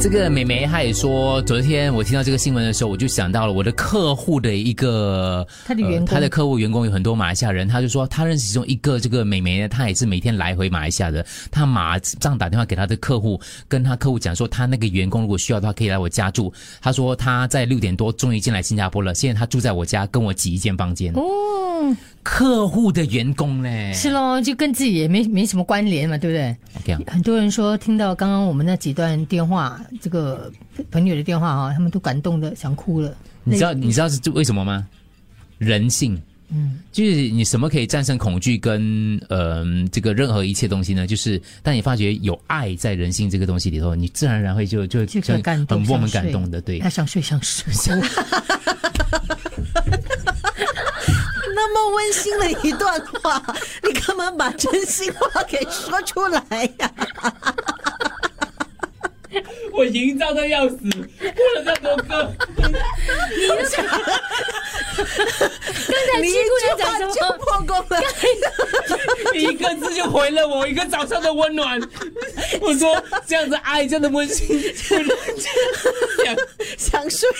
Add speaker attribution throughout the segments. Speaker 1: 这个美眉她也说，昨天我听到这个新闻的时候，我就想到了我的客户的一个，呃
Speaker 2: 她的员工
Speaker 1: 她的客户员工有很多马来西亚人，她就说她认识其中一个这个美眉呢，她也是每天来回马来西亚的，她马上打电话给她的客户，跟她客户讲说，她那个员工如果需要的话可以来我家住，她说她在六点多终于进来新加坡了，现在她住在我家，跟我挤一间房间，
Speaker 2: 哦，
Speaker 1: 客户的员工嘞，
Speaker 2: 是咯，就跟自己也没没什么关联嘛，对不对？
Speaker 1: 这样。
Speaker 2: 很多人说听到刚刚我们那几段电话，这个朋友的电话啊，他们都感动的想哭了。
Speaker 1: 你知道你知道是为什么吗？人性，嗯，就是你什么可以战胜恐惧跟呃这个任何一切东西呢？就是当你发觉有爱在人性这个东西里头，你自然而然会就就
Speaker 2: 就很感动，
Speaker 1: 很我们
Speaker 2: 想
Speaker 1: 感
Speaker 2: 睡
Speaker 1: 动的，对
Speaker 2: 他。想睡想睡。
Speaker 3: 那么温馨的一段话， 你干嘛把真心话给说出来呀、
Speaker 4: 我营造的要死，播了那么多歌，
Speaker 2: 刚才
Speaker 3: 你一
Speaker 2: 七姑娘
Speaker 3: 句
Speaker 2: 讲
Speaker 3: 话
Speaker 2: 什
Speaker 3: 就
Speaker 2: 么？
Speaker 3: 破功 了。
Speaker 4: 一个字就回了我一个早上的温暖。 我说这样子爱，这样的温馨，我就这样
Speaker 3: 想睡，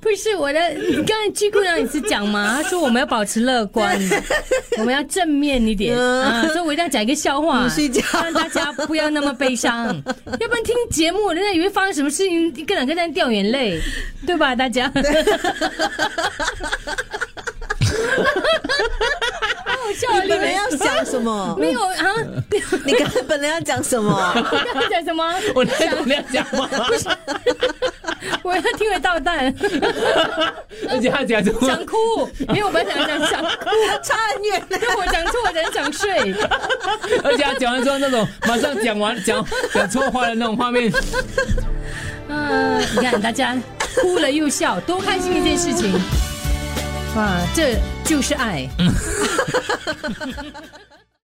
Speaker 2: 不是我的，你刚才七姑娘也是讲嘛，她说我们要保持乐 观，我们要正面一点
Speaker 3: 嗯
Speaker 2: 啊，所以我一定要讲一个笑话，
Speaker 3: 你睡觉
Speaker 2: 让大家不要那么悲伤，要不然听节目人家以为发生什么事情，一个两个在那掉眼泪，对吧？大家， 好好笑啊！
Speaker 3: 你
Speaker 2: 你
Speaker 3: 本
Speaker 2: 们
Speaker 3: 来要讲什么？
Speaker 2: 没有啊？
Speaker 3: 你刚才本来要讲什么？
Speaker 2: 要讲什么？
Speaker 4: 我哪有那样讲话？
Speaker 2: 我要听了到蛋，
Speaker 4: 而且他讲什么
Speaker 2: 想？哭，因为我本来想讲想哭，
Speaker 3: 差很远了。
Speaker 2: 但我讲错，我讲想睡。
Speaker 4: 而且他讲完之后那种马上讲完讲讲错话的那种画面，
Speaker 2: 嗯，你看大家哭了又笑，多开心一件事情！哇，这就是爱。